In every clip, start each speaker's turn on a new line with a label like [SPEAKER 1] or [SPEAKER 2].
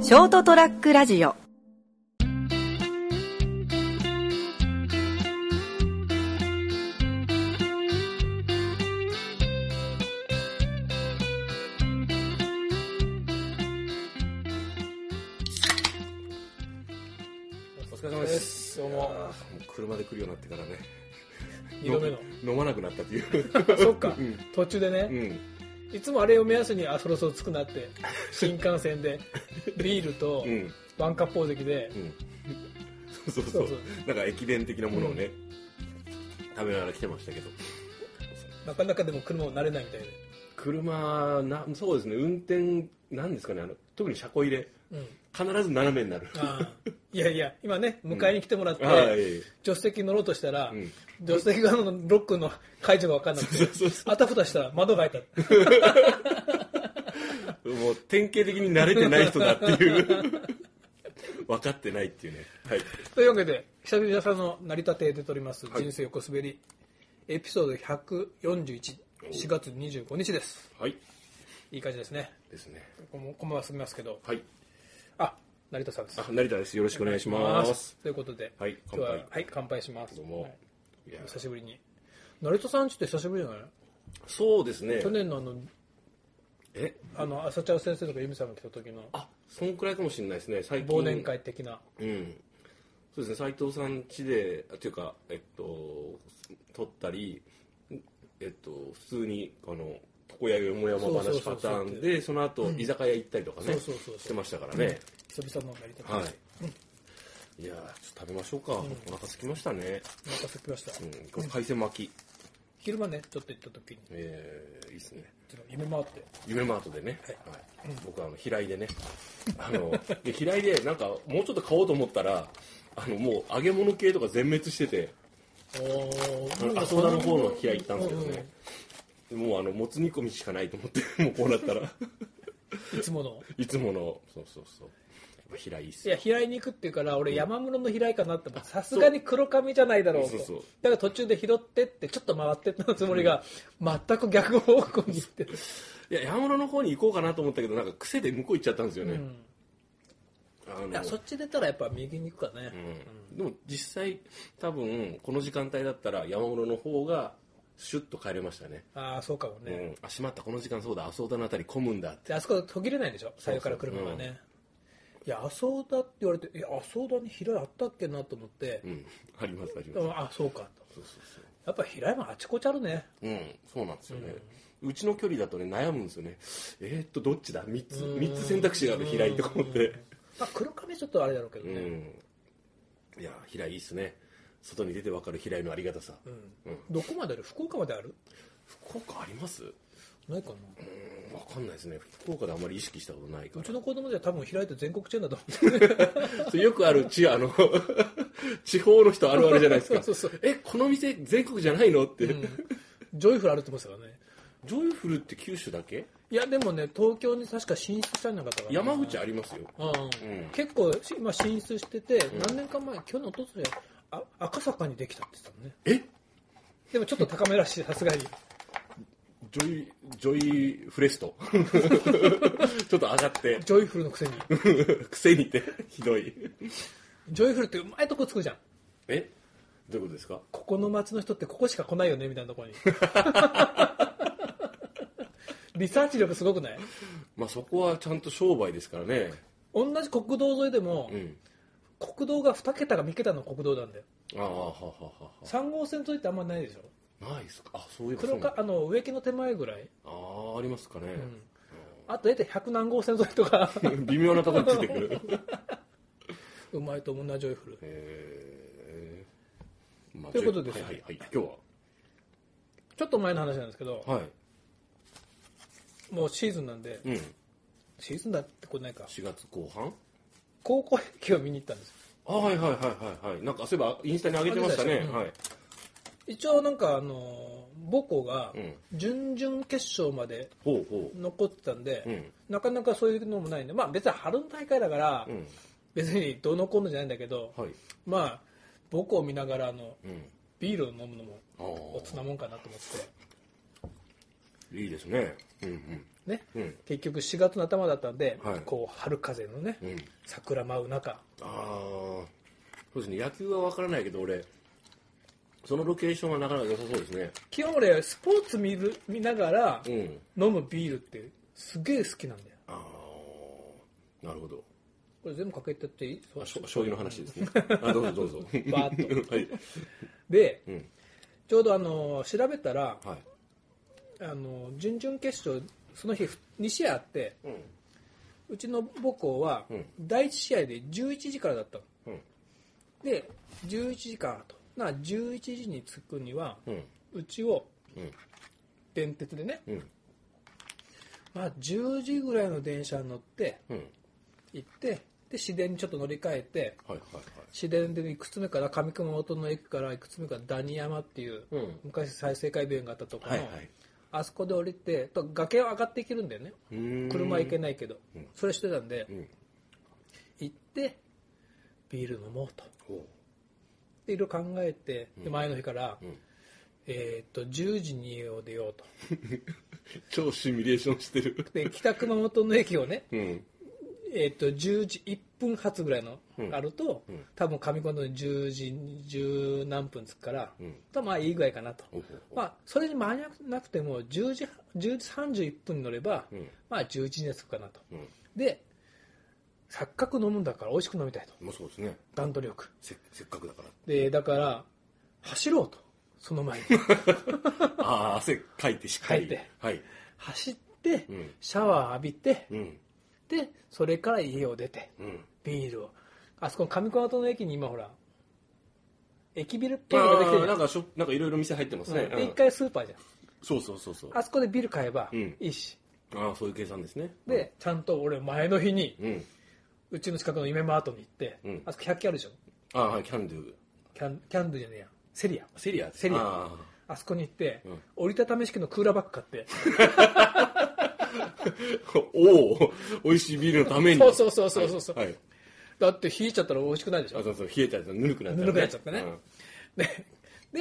[SPEAKER 1] ショートトラックラジオ
[SPEAKER 2] お疲れ様です。
[SPEAKER 3] どうも
[SPEAKER 2] いやーもう車で来るようになってからね。
[SPEAKER 3] 二度目の
[SPEAKER 2] 飲まなくなったっていう。
[SPEAKER 3] そっか
[SPEAKER 2] うん
[SPEAKER 3] 途中で
[SPEAKER 2] う
[SPEAKER 3] ね、
[SPEAKER 2] ん。
[SPEAKER 3] いつもあれを目安にあそろそろ着くなって新幹線でビールと
[SPEAKER 2] うん。
[SPEAKER 3] ワンカップ大関で
[SPEAKER 2] うん。そうそうそう
[SPEAKER 3] そう。
[SPEAKER 2] なんか駅伝的なものをね、食べながら来てましたけど。
[SPEAKER 3] なかなかでも車も慣れないみたいで、
[SPEAKER 2] 車な、そうですね、運転、なんですかね、あの特に車庫入れ、
[SPEAKER 3] うん、
[SPEAKER 2] 必ず斜めになる。
[SPEAKER 3] あーいやいや今ね迎えに来てもらっ て、
[SPEAKER 2] はい。
[SPEAKER 3] 助手席に乗ろうとしたら、
[SPEAKER 2] うん
[SPEAKER 3] 助手席側のロックの解除が分かんなくて
[SPEAKER 2] そうそ
[SPEAKER 3] あたふたしたら窓が開いた
[SPEAKER 2] もう典型的に慣れてない人だっていう。 分かってないっていうね。はい。
[SPEAKER 3] というわけで久々の成田邸で撮ります「
[SPEAKER 2] い
[SPEAKER 3] 人生横滑り」エピソード1414月25日です
[SPEAKER 2] はい。
[SPEAKER 3] いい感じですね
[SPEAKER 2] ですね。
[SPEAKER 3] ここもこのまま進みますけど
[SPEAKER 2] はい。
[SPEAKER 3] あ成田さんです
[SPEAKER 2] あ、成田です。よろしくお願いします。
[SPEAKER 3] ということで、
[SPEAKER 2] はい
[SPEAKER 3] 今日は
[SPEAKER 2] 乾杯
[SPEAKER 3] はい、乾杯します。
[SPEAKER 2] どうも
[SPEAKER 3] はい
[SPEAKER 2] いや
[SPEAKER 3] 久しぶりに。成田さんちょっと久しぶりじゃない
[SPEAKER 2] そうですね
[SPEAKER 3] 去。年のあの、
[SPEAKER 2] え
[SPEAKER 3] あの、朝茶先生とか由美さんが来た時の
[SPEAKER 2] あそんくらいかもしれないですね、最近。
[SPEAKER 3] 忘年会的な。
[SPEAKER 2] うん。そうですね、斉藤さん家で、あというか、えっと、撮ったり、えっと、普通に、あの、床屋よもやま話パターンで、その後、居酒屋行ったりとかね、
[SPEAKER 3] そうそうそうそう
[SPEAKER 2] してましたからね。
[SPEAKER 3] 久々の成田さん。
[SPEAKER 2] は
[SPEAKER 3] お
[SPEAKER 2] い。いやーちょっと食べましょうか。お腹空きましたね。
[SPEAKER 3] 待たせきました。
[SPEAKER 2] うん、この海鮮巻き。
[SPEAKER 3] 昼間ね、ちょっと行った時に、
[SPEAKER 2] えー、いいですね。
[SPEAKER 3] ちょっと夢回って。
[SPEAKER 2] 夢マートでね、はい僕はあの平井でねあので平井でなんかもうちょっと買おうと思ったらあのもう揚げ物系とか全滅してて
[SPEAKER 3] お
[SPEAKER 2] あの
[SPEAKER 3] ー、
[SPEAKER 2] 阿蘇田の方の平井行ったんですけどね、もうあのもつ煮込みしかないと思って もうこうなったら
[SPEAKER 3] うん。いつもの。
[SPEAKER 2] いつものそうそうそうやっぱ平井っ
[SPEAKER 3] い
[SPEAKER 2] す
[SPEAKER 3] や、平井に行くっていうから、俺山室の平井かなって思って、さすがに黒髪じゃないだろうと。
[SPEAKER 2] そうそうそう
[SPEAKER 3] だから途中で拾ってって、ちょっと回ってったつもりが、全く逆方向に行ってる。
[SPEAKER 2] いや山室の方に行こうかなと思ったけどなんか癖で向こう行っちゃったんですよね、
[SPEAKER 3] うん
[SPEAKER 2] あの
[SPEAKER 3] いやそっち出たらやっぱ右に行くかね、
[SPEAKER 2] うんでも実際多分この時間帯だったら山室の方がシュッと帰れましたね
[SPEAKER 3] ああそうかも
[SPEAKER 2] う
[SPEAKER 3] ね、
[SPEAKER 2] ん、あしまったこの時間そうだ阿蘇田のあたり混むんだって
[SPEAKER 3] であそこ途切れないでしょ左右から車がねいや、麻生田って言われて、いや、麻生田に平井あったっけなと思って
[SPEAKER 2] う、ん ありますあり
[SPEAKER 3] う
[SPEAKER 2] ます
[SPEAKER 3] ん、あ、そうかと。
[SPEAKER 2] そうそう
[SPEAKER 3] やっぱ平井もあちこちあるね。
[SPEAKER 2] そううんそうなんですよね、うちの距離だとね悩むんですよねえー、っとどっちだ3つ三つ選択肢がある平井とか思って
[SPEAKER 3] まあ、黒髪ちょっとあれだろうけど
[SPEAKER 2] う
[SPEAKER 3] ね。
[SPEAKER 2] んいや平井いいっすね外に出てわかる平井のありがたさ、うん
[SPEAKER 3] どこまである福岡まである
[SPEAKER 2] 福岡ありますう
[SPEAKER 3] ないかな、
[SPEAKER 2] んわかんないですね福岡であんまり意識したことないか
[SPEAKER 3] う
[SPEAKER 2] ら
[SPEAKER 3] ちの子供じゃ多分平井って全国チェーンだと思って
[SPEAKER 2] それよくある地あの 地方の人あるあるじゃないですか
[SPEAKER 3] そうそうそう
[SPEAKER 2] えこの店全国じゃないのって、
[SPEAKER 3] ジョイフルあるって思ってたからね。
[SPEAKER 2] ジョイフルって九州だけ
[SPEAKER 3] いや、でもね、東京に確か進出したんじゃなかったかな。
[SPEAKER 2] 山口ありますよ
[SPEAKER 3] うん
[SPEAKER 2] うん
[SPEAKER 3] 結構し今進出してて、何年か前去年おとつあ赤坂にできたって言ってたのね
[SPEAKER 2] え
[SPEAKER 3] でもちょっと高めらしいさすがに
[SPEAKER 2] ジョイジョイフレスト ちょっと上がって
[SPEAKER 3] ジョイフルのくせに
[SPEAKER 2] 癖にてひどい
[SPEAKER 3] ジョイフルってうまいとこつくじゃん
[SPEAKER 2] えどういうことですか
[SPEAKER 3] ここの街の人ってここしか来ないよねみたいなとこ ろにリサーチ力すごくない
[SPEAKER 2] まあそこはちゃんと商売ですからね
[SPEAKER 3] 同じ国道沿いでも、
[SPEAKER 2] うん
[SPEAKER 3] 国道が2桁が3桁の国道なんだよ
[SPEAKER 2] ああはあはあは
[SPEAKER 3] 3号線沿いってあんまないでしょ
[SPEAKER 2] あないですかあそういうこと
[SPEAKER 3] 黒かあの植木の手前ぐらい
[SPEAKER 2] ああありますかね、
[SPEAKER 3] あと大体100何号線沿いとか
[SPEAKER 2] 微妙なところについてくる
[SPEAKER 3] うまいと思うなジョイフル
[SPEAKER 2] えーまあ
[SPEAKER 3] ということです
[SPEAKER 2] はいはい、はい、今日
[SPEAKER 3] ちょっと前の話なんですけど、
[SPEAKER 2] ははい
[SPEAKER 3] もうシーズンなんで、
[SPEAKER 2] うん
[SPEAKER 3] シーズンだってことないか、
[SPEAKER 2] 4月後半
[SPEAKER 3] 高校野球を見に行ったんです。
[SPEAKER 2] あはいはいはいはいはいなんかそういえばインスタに上げてました
[SPEAKER 3] 上
[SPEAKER 2] ね
[SPEAKER 3] げてたでしょ
[SPEAKER 2] はい
[SPEAKER 3] 一応なんか、あのー母校が
[SPEAKER 2] うん
[SPEAKER 3] 準々決勝まで
[SPEAKER 2] ほうほ
[SPEAKER 3] 残ってたんで、
[SPEAKER 2] うん
[SPEAKER 3] なかなかそういうのもないんで、まあ別に春の大会だから、
[SPEAKER 2] ううん
[SPEAKER 3] 別にどうのこうのじゃないんだけど、
[SPEAKER 2] はい
[SPEAKER 3] まあ、母校を見ながらあの
[SPEAKER 2] うん
[SPEAKER 3] ビールを飲むのも
[SPEAKER 2] あー
[SPEAKER 3] おつなもんかなと思って、
[SPEAKER 2] いいですね。うんうん。
[SPEAKER 3] ね
[SPEAKER 2] うん
[SPEAKER 3] 結局4月の頭だったんで、
[SPEAKER 2] はい
[SPEAKER 3] こう春風のね、
[SPEAKER 2] ん
[SPEAKER 3] 桜舞う中
[SPEAKER 2] ああ、そうですね。野球はわからないけど、俺、そのロケーションはなかなか良さそうですね。
[SPEAKER 3] 基本俺スポーツ見る見ながら
[SPEAKER 2] うん。
[SPEAKER 3] 飲むビールってすげえ好きなんだよ
[SPEAKER 2] ああ、なるほど。
[SPEAKER 3] これ全部かけてっていい
[SPEAKER 2] あ、しょ将棋の話ですね。あ、どうぞどうぞ。
[SPEAKER 3] バー
[SPEAKER 2] はい。
[SPEAKER 3] で、
[SPEAKER 2] うん
[SPEAKER 3] ちょうどあの調べたら
[SPEAKER 2] はい。
[SPEAKER 3] あの準々決勝その日2試合あって
[SPEAKER 2] うん。
[SPEAKER 3] うちの母校は
[SPEAKER 2] うん
[SPEAKER 3] 第1試合で11時からだったの
[SPEAKER 2] うん。
[SPEAKER 3] で11時からとな11時に着くには
[SPEAKER 2] うん。
[SPEAKER 3] うちを
[SPEAKER 2] うん。
[SPEAKER 3] 電鉄でね、
[SPEAKER 2] うん。
[SPEAKER 3] まあ、10時ぐらいの電車に乗って
[SPEAKER 2] うん。
[SPEAKER 3] 行ってで市電にちょっと乗り換えて
[SPEAKER 2] はいはいはい。
[SPEAKER 3] 市電でいくつ目から上熊本の駅からいくつ目からダニ山っていう、
[SPEAKER 2] うん
[SPEAKER 3] 昔再生会病院があったところ
[SPEAKER 2] はい
[SPEAKER 3] の、
[SPEAKER 2] はい。
[SPEAKER 3] あそこで降りてと崖を上がっていけるんだよね
[SPEAKER 2] うーん
[SPEAKER 3] 車行けないけど、
[SPEAKER 2] うん
[SPEAKER 3] それしてたんで、
[SPEAKER 2] うん。
[SPEAKER 3] 行ってビール飲もうと
[SPEAKER 2] ほ
[SPEAKER 3] でいろいろ考えてで前の日から、
[SPEAKER 2] う。うん。
[SPEAKER 3] えーっと10時に家を出ようと
[SPEAKER 2] 超シミュレーションしてる。
[SPEAKER 3] で北熊本の駅をね
[SPEAKER 2] うん。
[SPEAKER 3] えー、と10時1分発ぐらいの
[SPEAKER 2] うん
[SPEAKER 3] あると、
[SPEAKER 2] ん
[SPEAKER 3] 多分上今度に10時10何分つくから、
[SPEAKER 2] うん
[SPEAKER 3] とまあいいぐらいかなと、
[SPEAKER 2] ほうほうほう
[SPEAKER 3] まあ、それに間に合わなくても10時 ,10 時31分に乗れば、
[SPEAKER 2] うん
[SPEAKER 3] まあ11時には着くかなと
[SPEAKER 2] うん。
[SPEAKER 3] で錯覚飲むんだから美味しく飲みたいと
[SPEAKER 2] まあそうですね。
[SPEAKER 3] 段取りよく
[SPEAKER 2] せせっかくだから。
[SPEAKER 3] でだから走ろうとそ の前に
[SPEAKER 2] ああ、汗かいてしっかり。
[SPEAKER 3] かいて
[SPEAKER 2] はい。
[SPEAKER 3] 走って、
[SPEAKER 2] うん
[SPEAKER 3] シャワー浴びて
[SPEAKER 2] うん。
[SPEAKER 3] でそれから家を出て
[SPEAKER 2] うん。
[SPEAKER 3] ビールをあそこの上小鳩の駅に今ほら駅ビルっぽいのができて
[SPEAKER 2] あ
[SPEAKER 3] る
[SPEAKER 2] あ、
[SPEAKER 3] じゃ
[SPEAKER 2] なんんかしょ、なんかいろいろ店入ってますね。
[SPEAKER 3] で
[SPEAKER 2] うん
[SPEAKER 3] 一回スーパーじゃ
[SPEAKER 2] そうそうそうそう。
[SPEAKER 3] んあそこでビール買えば
[SPEAKER 2] うん
[SPEAKER 3] いいし、
[SPEAKER 2] ああ、そういう計算ですね。
[SPEAKER 3] でちゃんと俺前の日に
[SPEAKER 2] うん。
[SPEAKER 3] うちの近くの夢マートに行って、
[SPEAKER 2] うん
[SPEAKER 3] あそこ100均あるでしょ
[SPEAKER 2] ああ、はいキャンドゥ。
[SPEAKER 3] キャンキャンドゥじゃねえやセリア
[SPEAKER 2] セリア
[SPEAKER 3] セリア
[SPEAKER 2] あ
[SPEAKER 3] あそこに行って、
[SPEAKER 2] うん
[SPEAKER 3] 折りたたみ式のクーラーバッグ買って
[SPEAKER 2] あ おお、美味しいビールのために。
[SPEAKER 3] そうそうそうそうそうそう
[SPEAKER 2] はい。はい
[SPEAKER 3] だって冷えちゃったら美味しくないでし
[SPEAKER 2] あ、
[SPEAKER 3] ょ
[SPEAKER 2] そうそう、冷えちゃった、ぬるくなっちゃった、
[SPEAKER 3] ぬるくなっちゃったねで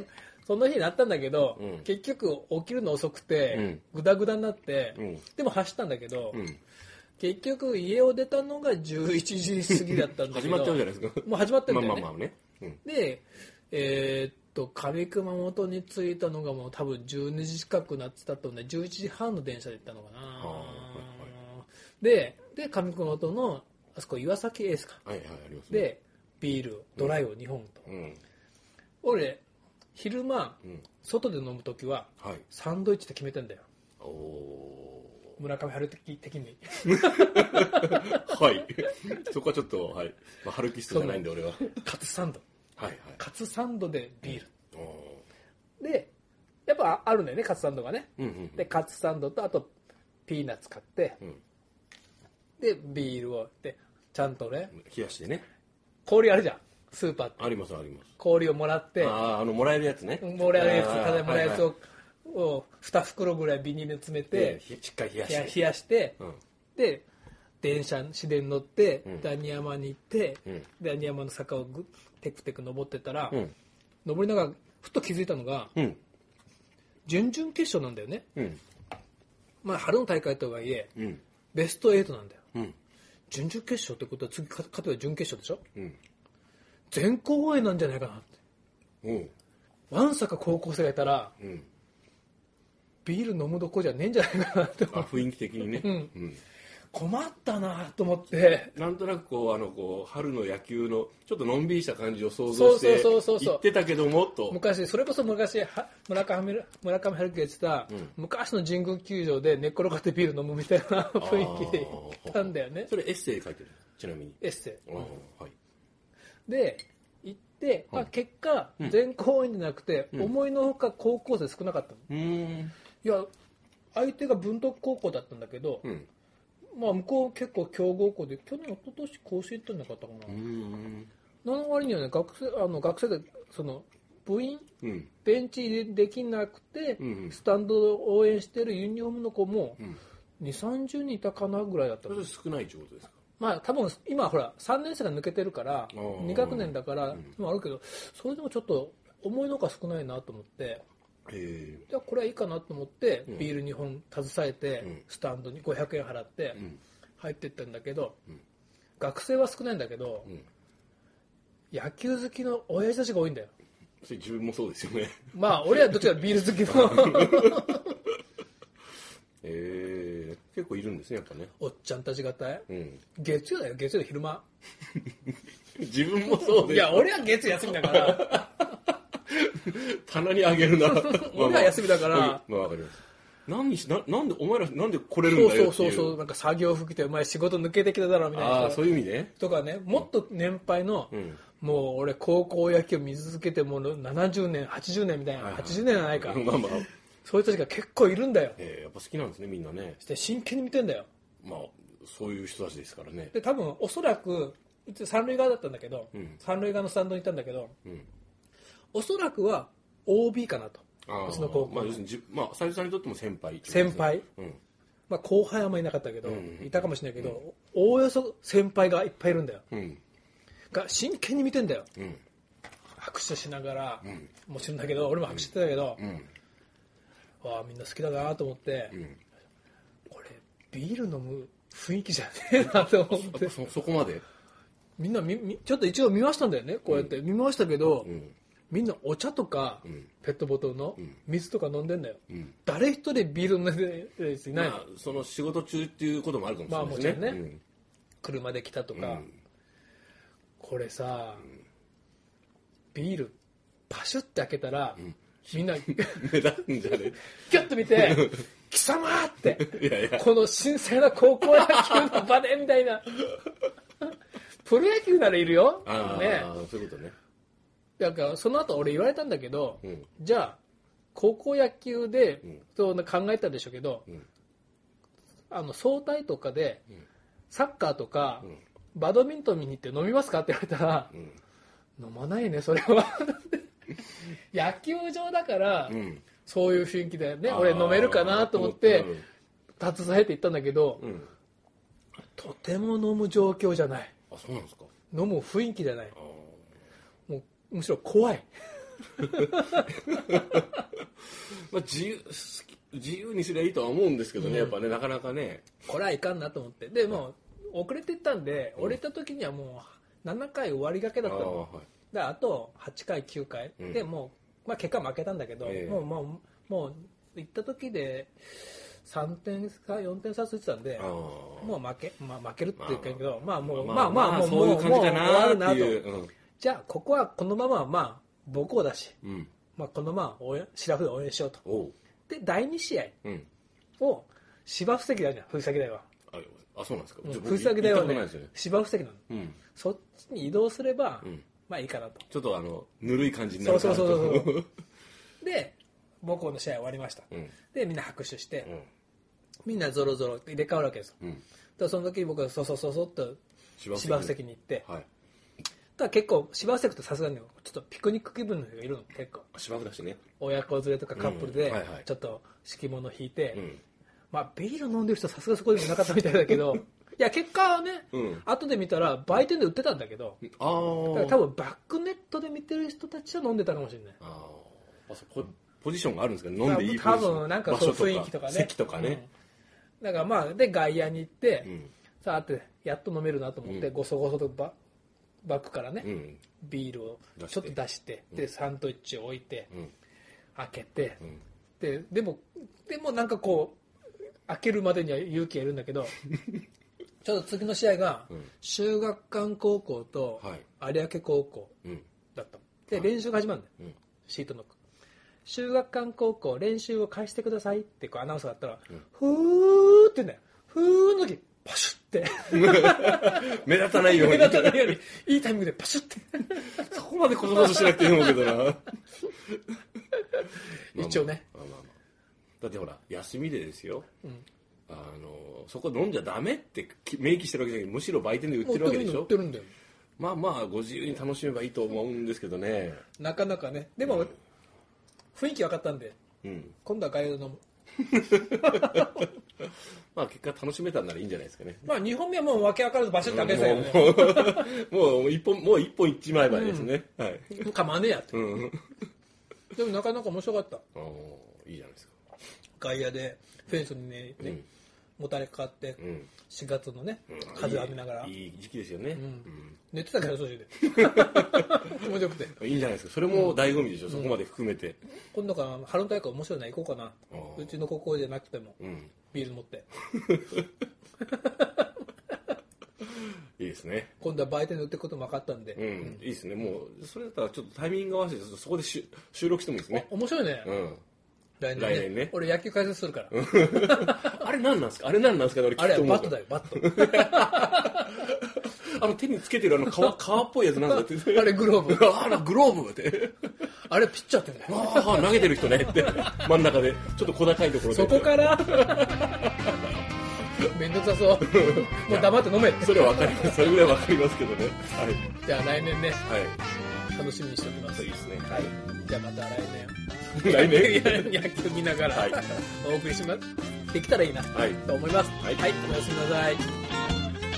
[SPEAKER 3] でその日になったんだけど、
[SPEAKER 2] うん
[SPEAKER 3] 結局起きるの遅くて、ぐだぐだになって、
[SPEAKER 2] うん
[SPEAKER 3] でも走ったんだけど、
[SPEAKER 2] うん。
[SPEAKER 3] 結局家を出たのが11時過ぎだったん
[SPEAKER 2] うん
[SPEAKER 3] だけ
[SPEAKER 2] 始
[SPEAKER 3] ど
[SPEAKER 2] まっちゃうじゃないですか。
[SPEAKER 3] もう始まってん
[SPEAKER 2] ま
[SPEAKER 3] だ
[SPEAKER 2] あ
[SPEAKER 3] よね、
[SPEAKER 2] まあまあね。うん。
[SPEAKER 3] でえーっと上熊本に着いたのがもう多分12時近くなってたと思うんで11時半の電車で行ったのかな、
[SPEAKER 2] あーはい
[SPEAKER 3] でで上熊本のあそこ岩崎エースか
[SPEAKER 2] はいはい、ありますね。
[SPEAKER 3] でビールドライを2本と、
[SPEAKER 2] うん。
[SPEAKER 3] 俺昼間
[SPEAKER 2] うん。
[SPEAKER 3] 外で飲む時は
[SPEAKER 2] はい。
[SPEAKER 3] サンドイッチって決めてんだよ
[SPEAKER 2] おお
[SPEAKER 3] 村上春樹的に
[SPEAKER 2] ー。はい。 そこはちょっと、はい。まあ、春樹ストじゃないんで、俺は。はい
[SPEAKER 3] カツサンド
[SPEAKER 2] はい。
[SPEAKER 3] カツサンドでビール、
[SPEAKER 2] おお
[SPEAKER 3] でやっぱあるんだよねカツサンドがね
[SPEAKER 2] ー。うんうん。
[SPEAKER 3] でカツサンドとあとピーナッツ買って
[SPEAKER 2] うん。
[SPEAKER 3] でビールをでちゃんとね
[SPEAKER 2] 冷やしてね。
[SPEAKER 3] 氷あるじゃんスーパーって
[SPEAKER 2] ありますあります。
[SPEAKER 3] 氷をもらって
[SPEAKER 2] ああ、あの、もらえるやつね。
[SPEAKER 3] もらえるやつ
[SPEAKER 2] あー
[SPEAKER 3] ただもらえるやつ
[SPEAKER 2] はい
[SPEAKER 3] をを2袋ぐらいビニールに詰め
[SPEAKER 2] はい
[SPEAKER 3] て
[SPEAKER 2] で、ひしっかり冷や
[SPEAKER 3] 冷や
[SPEAKER 2] して。
[SPEAKER 3] 冷やして
[SPEAKER 2] うん。
[SPEAKER 3] で電車市電に乗って
[SPEAKER 2] うん
[SPEAKER 3] ダニ山に行って
[SPEAKER 2] うん
[SPEAKER 3] ダニ山の坂をぐテクテク登ってたら
[SPEAKER 2] うん。
[SPEAKER 3] 登りながらふっと気づいたのが
[SPEAKER 2] うん。
[SPEAKER 3] 準々決勝なんだよね
[SPEAKER 2] うん。
[SPEAKER 3] まあ春の大会とはいえ
[SPEAKER 2] うん。
[SPEAKER 3] ベスト8なんだよ
[SPEAKER 2] うん。
[SPEAKER 3] 準々決勝ってことは次勝勝てば準決勝でしょ
[SPEAKER 2] うん。
[SPEAKER 3] 全校応援なんじゃないかなって
[SPEAKER 2] うん。
[SPEAKER 3] わんさか高校生がいたら
[SPEAKER 2] うん。
[SPEAKER 3] ビール飲むどこじゃねえんじゃないかなって
[SPEAKER 2] あ、雰囲気的にね。
[SPEAKER 3] うん
[SPEAKER 2] うん。
[SPEAKER 3] 困ったなと思って
[SPEAKER 2] なんとなくこう、あの、こう、春の野球の、ちょっとのんびりした感じを想像して、
[SPEAKER 3] そうそうそうそうそう
[SPEAKER 2] 言ってたけども、と。
[SPEAKER 3] 昔それこそ昔は村上る村上春樹が言ってた、
[SPEAKER 2] うん
[SPEAKER 3] 昔の神宮球場で寝っ転がってビール飲むみたいな雰囲気で行ったんだよね
[SPEAKER 2] それエッセイ書いてる。ちなみに。
[SPEAKER 3] エッセ
[SPEAKER 2] ああ、はい。
[SPEAKER 3] イで行って、まあ、結果、
[SPEAKER 2] うん
[SPEAKER 3] 全校応援じゃなくて、思いのほか高校生少なかったの
[SPEAKER 2] うーん。
[SPEAKER 3] いや相手が文徳高校だったんだけど、
[SPEAKER 2] うん。
[SPEAKER 3] まあ、向こう結構強豪校で去年一昨年甲子園行ったんじゃなかったかな、
[SPEAKER 2] うーん。
[SPEAKER 3] その割にはね学生あの学生でその部員
[SPEAKER 2] うん。
[SPEAKER 3] ベンチ入りできなくて、
[SPEAKER 2] うんうん
[SPEAKER 3] スタンドを応援してるユニフォームの子も
[SPEAKER 2] うん。
[SPEAKER 3] 2 3 0人いたかなぐらいだった
[SPEAKER 2] それ
[SPEAKER 3] の
[SPEAKER 2] は少ないってことですか
[SPEAKER 3] まあ多分今ほら3年生が抜けてるか
[SPEAKER 2] あ
[SPEAKER 3] ら
[SPEAKER 2] ー
[SPEAKER 3] 2学年だから、今あるけどそれでもちょっと思いのほか少ないなと思って
[SPEAKER 2] え
[SPEAKER 3] じゃあこれはいいかなと思って、
[SPEAKER 2] うん
[SPEAKER 3] ビール2本携えて、
[SPEAKER 2] うん
[SPEAKER 3] スタンドに500円払って
[SPEAKER 2] えうん
[SPEAKER 3] 入ってったんだけど、
[SPEAKER 2] うん
[SPEAKER 3] 学生は少ないんだけど、
[SPEAKER 2] うん
[SPEAKER 3] 野球好きの親父たちが多いんだよ
[SPEAKER 2] それ自分もそうですよね
[SPEAKER 3] まあ俺はどっちかというとビール好き の
[SPEAKER 2] ええ結構いるんですねやっぱね
[SPEAKER 3] おっちゃんたちがたい
[SPEAKER 2] うん
[SPEAKER 3] 月曜だよ月曜の 昼間
[SPEAKER 2] 自分もそうです
[SPEAKER 3] いや俺は月曜休みだから
[SPEAKER 2] 棚にあげるな
[SPEAKER 3] 俺は休みだから
[SPEAKER 2] まあまあまあわかります何しななんでお前らなんで来れるん
[SPEAKER 3] そう
[SPEAKER 2] だ
[SPEAKER 3] そ
[SPEAKER 2] よっ
[SPEAKER 3] う
[SPEAKER 2] て
[SPEAKER 3] そ
[SPEAKER 2] いう
[SPEAKER 3] うそうなんか作業服着てお前仕事抜けてきただろみたい
[SPEAKER 2] あ
[SPEAKER 3] な
[SPEAKER 2] あそういう意味ね
[SPEAKER 3] とかねもっと年配の、
[SPEAKER 2] うん
[SPEAKER 3] もう俺高校野球見続けてもう70年80年みたいな、
[SPEAKER 2] はいはい
[SPEAKER 3] 80年はないか
[SPEAKER 2] まあまあ、
[SPEAKER 3] そういう人たちが結構いるんだよ
[SPEAKER 2] えーやっぱ好きなんですねみんなね
[SPEAKER 3] そして真剣に見てんだよ
[SPEAKER 2] まあそういう人たちですからね
[SPEAKER 3] で多分おそらくうち三塁側だったんだけど、
[SPEAKER 2] うん
[SPEAKER 3] 三塁側のスタンドにいたんだけど
[SPEAKER 2] うん
[SPEAKER 3] おそらくは OB かなと
[SPEAKER 2] ああ
[SPEAKER 3] うちの高校
[SPEAKER 2] まあ要するにじまあ斉藤さんにとっても先輩ってことですね
[SPEAKER 3] 先輩、
[SPEAKER 2] うん
[SPEAKER 3] まあ、後輩はあんまりいなかったけど、
[SPEAKER 2] うん
[SPEAKER 3] いたかもしれないけど、おおよそ先輩がいっぱいいるんだよ
[SPEAKER 2] うん
[SPEAKER 3] が真剣に見てんだよ
[SPEAKER 2] うん
[SPEAKER 3] 拍手しながら、
[SPEAKER 2] ん
[SPEAKER 3] もちろんだけど俺も拍手してたけど、
[SPEAKER 2] うん
[SPEAKER 3] わあみんな好きだなと思って、
[SPEAKER 2] ん
[SPEAKER 3] これビール飲む雰囲気じゃねえなと思っ て
[SPEAKER 2] そそこまで
[SPEAKER 3] みんなみみちょっと一応見ましたんだよねこうやって、見ましたけど、
[SPEAKER 2] うん
[SPEAKER 3] みんなお茶とか、
[SPEAKER 2] ん
[SPEAKER 3] ペットボトルの水とか飲んでんだよ、
[SPEAKER 2] うん
[SPEAKER 3] 誰一人ビール飲んでるやついないの、
[SPEAKER 2] まあその仕事中っていうこともあるかもしれないですね,、
[SPEAKER 3] まあもちろんね車で来たとか、
[SPEAKER 2] うん
[SPEAKER 3] これさ、ビールパシュって開けたら、みんな ギ
[SPEAKER 2] 目立つん じゃね
[SPEAKER 3] ュッと 見て「貴様!」って
[SPEAKER 2] いやいや
[SPEAKER 3] この神聖な高校野球の場でみた いなプロ野球ならいるよ
[SPEAKER 2] ああ、
[SPEAKER 3] ね
[SPEAKER 2] そういうことね
[SPEAKER 3] だからその後俺言われたんだけど、
[SPEAKER 2] うん
[SPEAKER 3] じゃあ高校野球で、
[SPEAKER 2] ん
[SPEAKER 3] そう考えたんでしょうけど、
[SPEAKER 2] ん
[SPEAKER 3] あの総体とかで、サッカーとか、
[SPEAKER 2] ん
[SPEAKER 3] バドミントン見に行って飲みますかって言われたら、
[SPEAKER 2] ん
[SPEAKER 3] 飲まないねそれは 野球場だから、
[SPEAKER 2] うん
[SPEAKER 3] そういう雰囲気だよね俺飲めるかなと思って携えて行ったんだけど、
[SPEAKER 2] うん、うん
[SPEAKER 3] とても飲む状況じゃない
[SPEAKER 2] あそうなんですか
[SPEAKER 3] 飲む雰囲気じゃない
[SPEAKER 2] ああ
[SPEAKER 3] もうむしろ怖い
[SPEAKER 2] まあ、自由好き自由にすりゃいいとは思うんですけどね、やっぱねなかなかね
[SPEAKER 3] これはいかんなと思ってでもう遅れてったんで、俺行った時にはもう7回終わりがけだ
[SPEAKER 2] あ
[SPEAKER 3] った
[SPEAKER 2] あ
[SPEAKER 3] の
[SPEAKER 2] はい
[SPEAKER 3] であと8回9回、
[SPEAKER 2] うん
[SPEAKER 3] でもう、まあ、結果負けたんだけど、
[SPEAKER 2] ええ
[SPEAKER 3] もうもうもう行った時で3点か4点差ついてたんで
[SPEAKER 2] ああ
[SPEAKER 3] もう負け、まあ、負けるっていうかけど、まあ、もう
[SPEAKER 2] ま
[SPEAKER 3] ま
[SPEAKER 2] あ
[SPEAKER 3] あまあ
[SPEAKER 2] まあ
[SPEAKER 3] もう
[SPEAKER 2] そういう感じか
[SPEAKER 3] もうもう終わ
[SPEAKER 2] な
[SPEAKER 3] る
[SPEAKER 2] ー
[SPEAKER 3] な
[SPEAKER 2] って
[SPEAKER 3] と
[SPEAKER 2] いううん
[SPEAKER 3] じゃあここはこのまままあ母校だし、
[SPEAKER 2] うん
[SPEAKER 3] まあ、このまま応援シラフで応援しようと
[SPEAKER 2] おう
[SPEAKER 3] で第2試合
[SPEAKER 2] うん
[SPEAKER 3] を芝生席だじゃん藤崎大は
[SPEAKER 2] ああそうなんですか、
[SPEAKER 3] うん
[SPEAKER 2] じゃあ僕
[SPEAKER 3] 藤崎大は
[SPEAKER 2] 行ったことない
[SPEAKER 3] ね
[SPEAKER 2] ですよね
[SPEAKER 3] 芝生席なの
[SPEAKER 2] うん
[SPEAKER 3] そっちに移動すれば、
[SPEAKER 2] うん
[SPEAKER 3] まあいいかなと
[SPEAKER 2] ちょっとあのぬるい感じになるかなと
[SPEAKER 3] そうそうそう そで母校の試合終わりました、
[SPEAKER 2] うん
[SPEAKER 3] でみんな拍手し て、
[SPEAKER 2] うん
[SPEAKER 3] みんなぞろぞろって入れ替わるわけですよ
[SPEAKER 2] うん
[SPEAKER 3] でその時に僕はそそそそっと芝生席に行って、
[SPEAKER 2] はい
[SPEAKER 3] ただ結構芝生席ってさすがにちょっとピクニック気分の人がいるの結構
[SPEAKER 2] 芝生だしね
[SPEAKER 3] 親子連れとかカップル
[SPEAKER 2] うん
[SPEAKER 3] で
[SPEAKER 2] はいはい
[SPEAKER 3] ちょっと敷物引いて、
[SPEAKER 2] うん
[SPEAKER 3] まあ、ビール飲んでる人はさすがそこでもいなかったみたいだ けどいや結果はね、
[SPEAKER 2] うん
[SPEAKER 3] 後で見たら売店で売ってたんだけど
[SPEAKER 2] ああ
[SPEAKER 3] だから多分バックネットで見てる人たちは飲んでたかもしれない
[SPEAKER 2] あーあそこポジションがあるんですか飲んでいいポジション
[SPEAKER 3] 多分なんかそう
[SPEAKER 2] 場所
[SPEAKER 3] 雰囲気とかね
[SPEAKER 2] 席とかね、
[SPEAKER 3] だからまあで外野に行って、
[SPEAKER 2] うん
[SPEAKER 3] さあってやっと飲めるなと思って、
[SPEAKER 2] うん
[SPEAKER 3] ごそごそとババッグからね、
[SPEAKER 2] うん
[SPEAKER 3] ビールを
[SPEAKER 2] 出して
[SPEAKER 3] ちょっと出してでサンドイッチを置いて、
[SPEAKER 2] うん
[SPEAKER 3] 開けて、
[SPEAKER 2] ん
[SPEAKER 3] ででもでもなんかこう開けるまでには勇気がいるんだ けどちょっと次の試合が
[SPEAKER 2] ん
[SPEAKER 3] 修学館高校と有明高校
[SPEAKER 2] うん
[SPEAKER 3] だったので練習が始まるんだよ、
[SPEAKER 2] うん
[SPEAKER 3] シートノック修学館高校練習を返してくださいってこうアナウンサーだったら、ふーって言うんだよふーの時パシュって
[SPEAKER 2] 目立たないよう
[SPEAKER 3] 目
[SPEAKER 2] に
[SPEAKER 3] 立たないようにいいタイミングでパシュって
[SPEAKER 2] そこまでこそこそしなくていいと思うけどなまあ
[SPEAKER 3] 一応ね、
[SPEAKER 2] まあまあまあだってほら休みでですよ
[SPEAKER 3] ん
[SPEAKER 2] あのそこ飲んじゃダメってき明記してるわけじゃなくてむしろ売店で売ってるわけでし
[SPEAKER 3] 売
[SPEAKER 2] ょ
[SPEAKER 3] ってるんだよ
[SPEAKER 2] まあまあご自由に楽しめばいいと思うんですけどね
[SPEAKER 3] なかなかねでも、雰囲気分かったんで
[SPEAKER 2] うん
[SPEAKER 3] 今度は外野で飲む
[SPEAKER 2] まあ結果楽しめたんならいいんじゃないですかね
[SPEAKER 3] まあ2本目はもう訳分からずバシュッと開けてたよね
[SPEAKER 2] もうもうもう一本もう一本一枚前ですね、はい
[SPEAKER 3] もう構わねえやって
[SPEAKER 2] うん
[SPEAKER 3] でもなかなか面白かった
[SPEAKER 2] ああいいじゃないですか
[SPEAKER 3] 外野でフェンスにね,ね、
[SPEAKER 2] うん
[SPEAKER 3] もたれかかって
[SPEAKER 2] うん
[SPEAKER 3] 4月のね
[SPEAKER 2] うん
[SPEAKER 3] 風浴びながら
[SPEAKER 2] いいいい時期ですよね、うん
[SPEAKER 3] 寝てたから途中で 気持ちよくて
[SPEAKER 2] いいんじゃないですかそれも醍醐味でしょ、そこまで含めて
[SPEAKER 3] 今度から春の大会面白いな行こうかな
[SPEAKER 2] あー
[SPEAKER 3] うちの高校じゃなくても
[SPEAKER 2] うん
[SPEAKER 3] ビール持って
[SPEAKER 2] いいですね
[SPEAKER 3] 今度は売店で売ってくことも分かったんで、
[SPEAKER 2] うん、いいですねもうそれだったらちょっとタイミング合わせてちょっとそこでしゅ収録してもいいですね
[SPEAKER 3] 面白いね、
[SPEAKER 2] うん
[SPEAKER 3] 来年ね
[SPEAKER 2] 来年ね
[SPEAKER 3] 俺野球解説するから、
[SPEAKER 2] あれ何なんですかあれ何なんですかね俺聞く
[SPEAKER 3] あれ
[SPEAKER 2] と
[SPEAKER 3] は
[SPEAKER 2] 思う
[SPEAKER 3] バッ
[SPEAKER 2] か
[SPEAKER 3] ト
[SPEAKER 2] ら
[SPEAKER 3] だよバット
[SPEAKER 2] あの手につけてるあ の革革っぽいやつなんだって
[SPEAKER 3] あれグロー ブ
[SPEAKER 2] ああのグローブって
[SPEAKER 3] あれピッチャーってね
[SPEAKER 2] ああ投げてる人ね って真ん中でちょっと小高いところで
[SPEAKER 3] そこから めんどくさそうもう黙って飲め
[SPEAKER 2] それはわかりますそれぐらいわかりますけどねは
[SPEAKER 3] じゃあ来年ね
[SPEAKER 2] いは
[SPEAKER 3] 楽しみにしておきま
[SPEAKER 2] い
[SPEAKER 3] す
[SPEAKER 2] そうですね
[SPEAKER 3] はいじゃあまた
[SPEAKER 2] い来
[SPEAKER 3] 来 年
[SPEAKER 2] 年
[SPEAKER 3] 野球見ながら、
[SPEAKER 2] はい
[SPEAKER 3] お送りしますできたらいいな、
[SPEAKER 2] はい
[SPEAKER 3] と思います
[SPEAKER 2] はい
[SPEAKER 3] はい、おやすみなさい